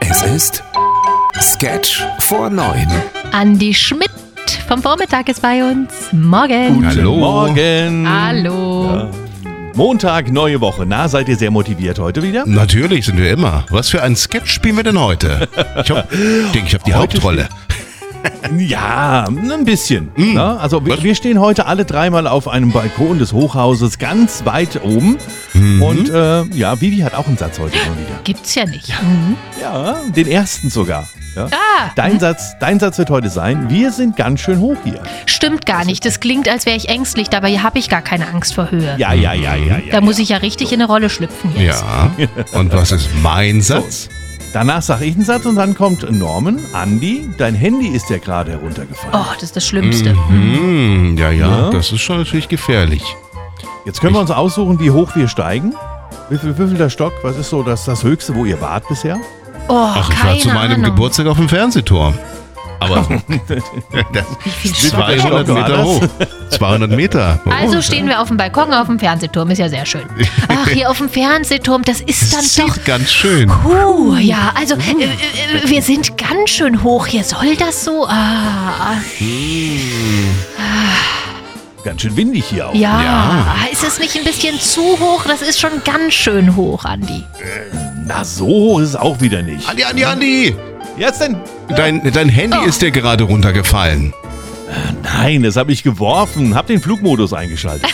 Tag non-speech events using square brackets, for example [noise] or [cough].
Es ist Sketch vor neun. Andi Schmidt vom Vormittag ist bei uns. Morgen. Hallo. Morgen. Hallo. Montag, neue Woche. Na, seid ihr sehr motiviert heute wieder? Natürlich sind wir immer. Was für einen Sketch spielen wir denn heute? Ich [laughs] hab, denke, ich habe die Heute Hauptrolle. [laughs] Mm. Ja, ein bisschen. Na, also wir, Was? wir stehen heute alle dreimal auf einem Balkon des Hochhauses ganz weit oben. Mhm. Und äh, ja, Vivi hat auch einen Satz heute mal wieder. Gibt's ja nicht. Mhm. Ja, den ersten sogar. Ja. Ah, Dein, Satz, dein Satz wird heute sein, wir sind ganz schön hoch hier. stimmt gar nicht. Das klingt, als wäre ich ängstlich. Dabei habe ich gar keine Angst vor Höhe. Ja, ja, ja, ja. ja da muss ich ja richtig in eine Rolle schlüpfen jetzt. Ja. Und was ist mein Satz? Danach sage ich einen Satz und dann kommt Norman, Andy, dein Handy ist ja gerade heruntergefallen. Oh, das ist das Schlimmste. Hm, ja, ja, Ja. das ist schon natürlich gefährlich. Jetzt können wir uns aussuchen, wie hoch wir steigen. Wie viel, wie viel der Stock? Was ist so das, das Höchste, wo ihr wart bisher? Oh, Ach, ich war keine zu meinem Ahnung. Geburtstag auf dem Fernsehturm. [laughs] Aber das Wie viel ist Stock- 200 war Meter das? hoch. 200 Meter. Oh, Also stehen wir auf dem Balkon, auf dem Fernsehturm, ist ja sehr schön. Ach, hier auf dem Fernsehturm, das ist Das dann doch. sieht Mhm. ganz schön. Puh, ja, also äh, äh, wir sind ganz schön hoch hier. Soll das so? Ah, Ganz schön windig hier auch. Ja. Ah, Ja. Ist es nicht ein bisschen zu hoch? Das ist schon ganz schön hoch, Andi. Na, so hoch ist es auch wieder nicht. Andi, Andi, Andi! Jetzt denn? Dein, dein Handy Oh. ist dir gerade runtergefallen. Nein, das habe ich geworfen. Hab den Flugmodus eingeschaltet.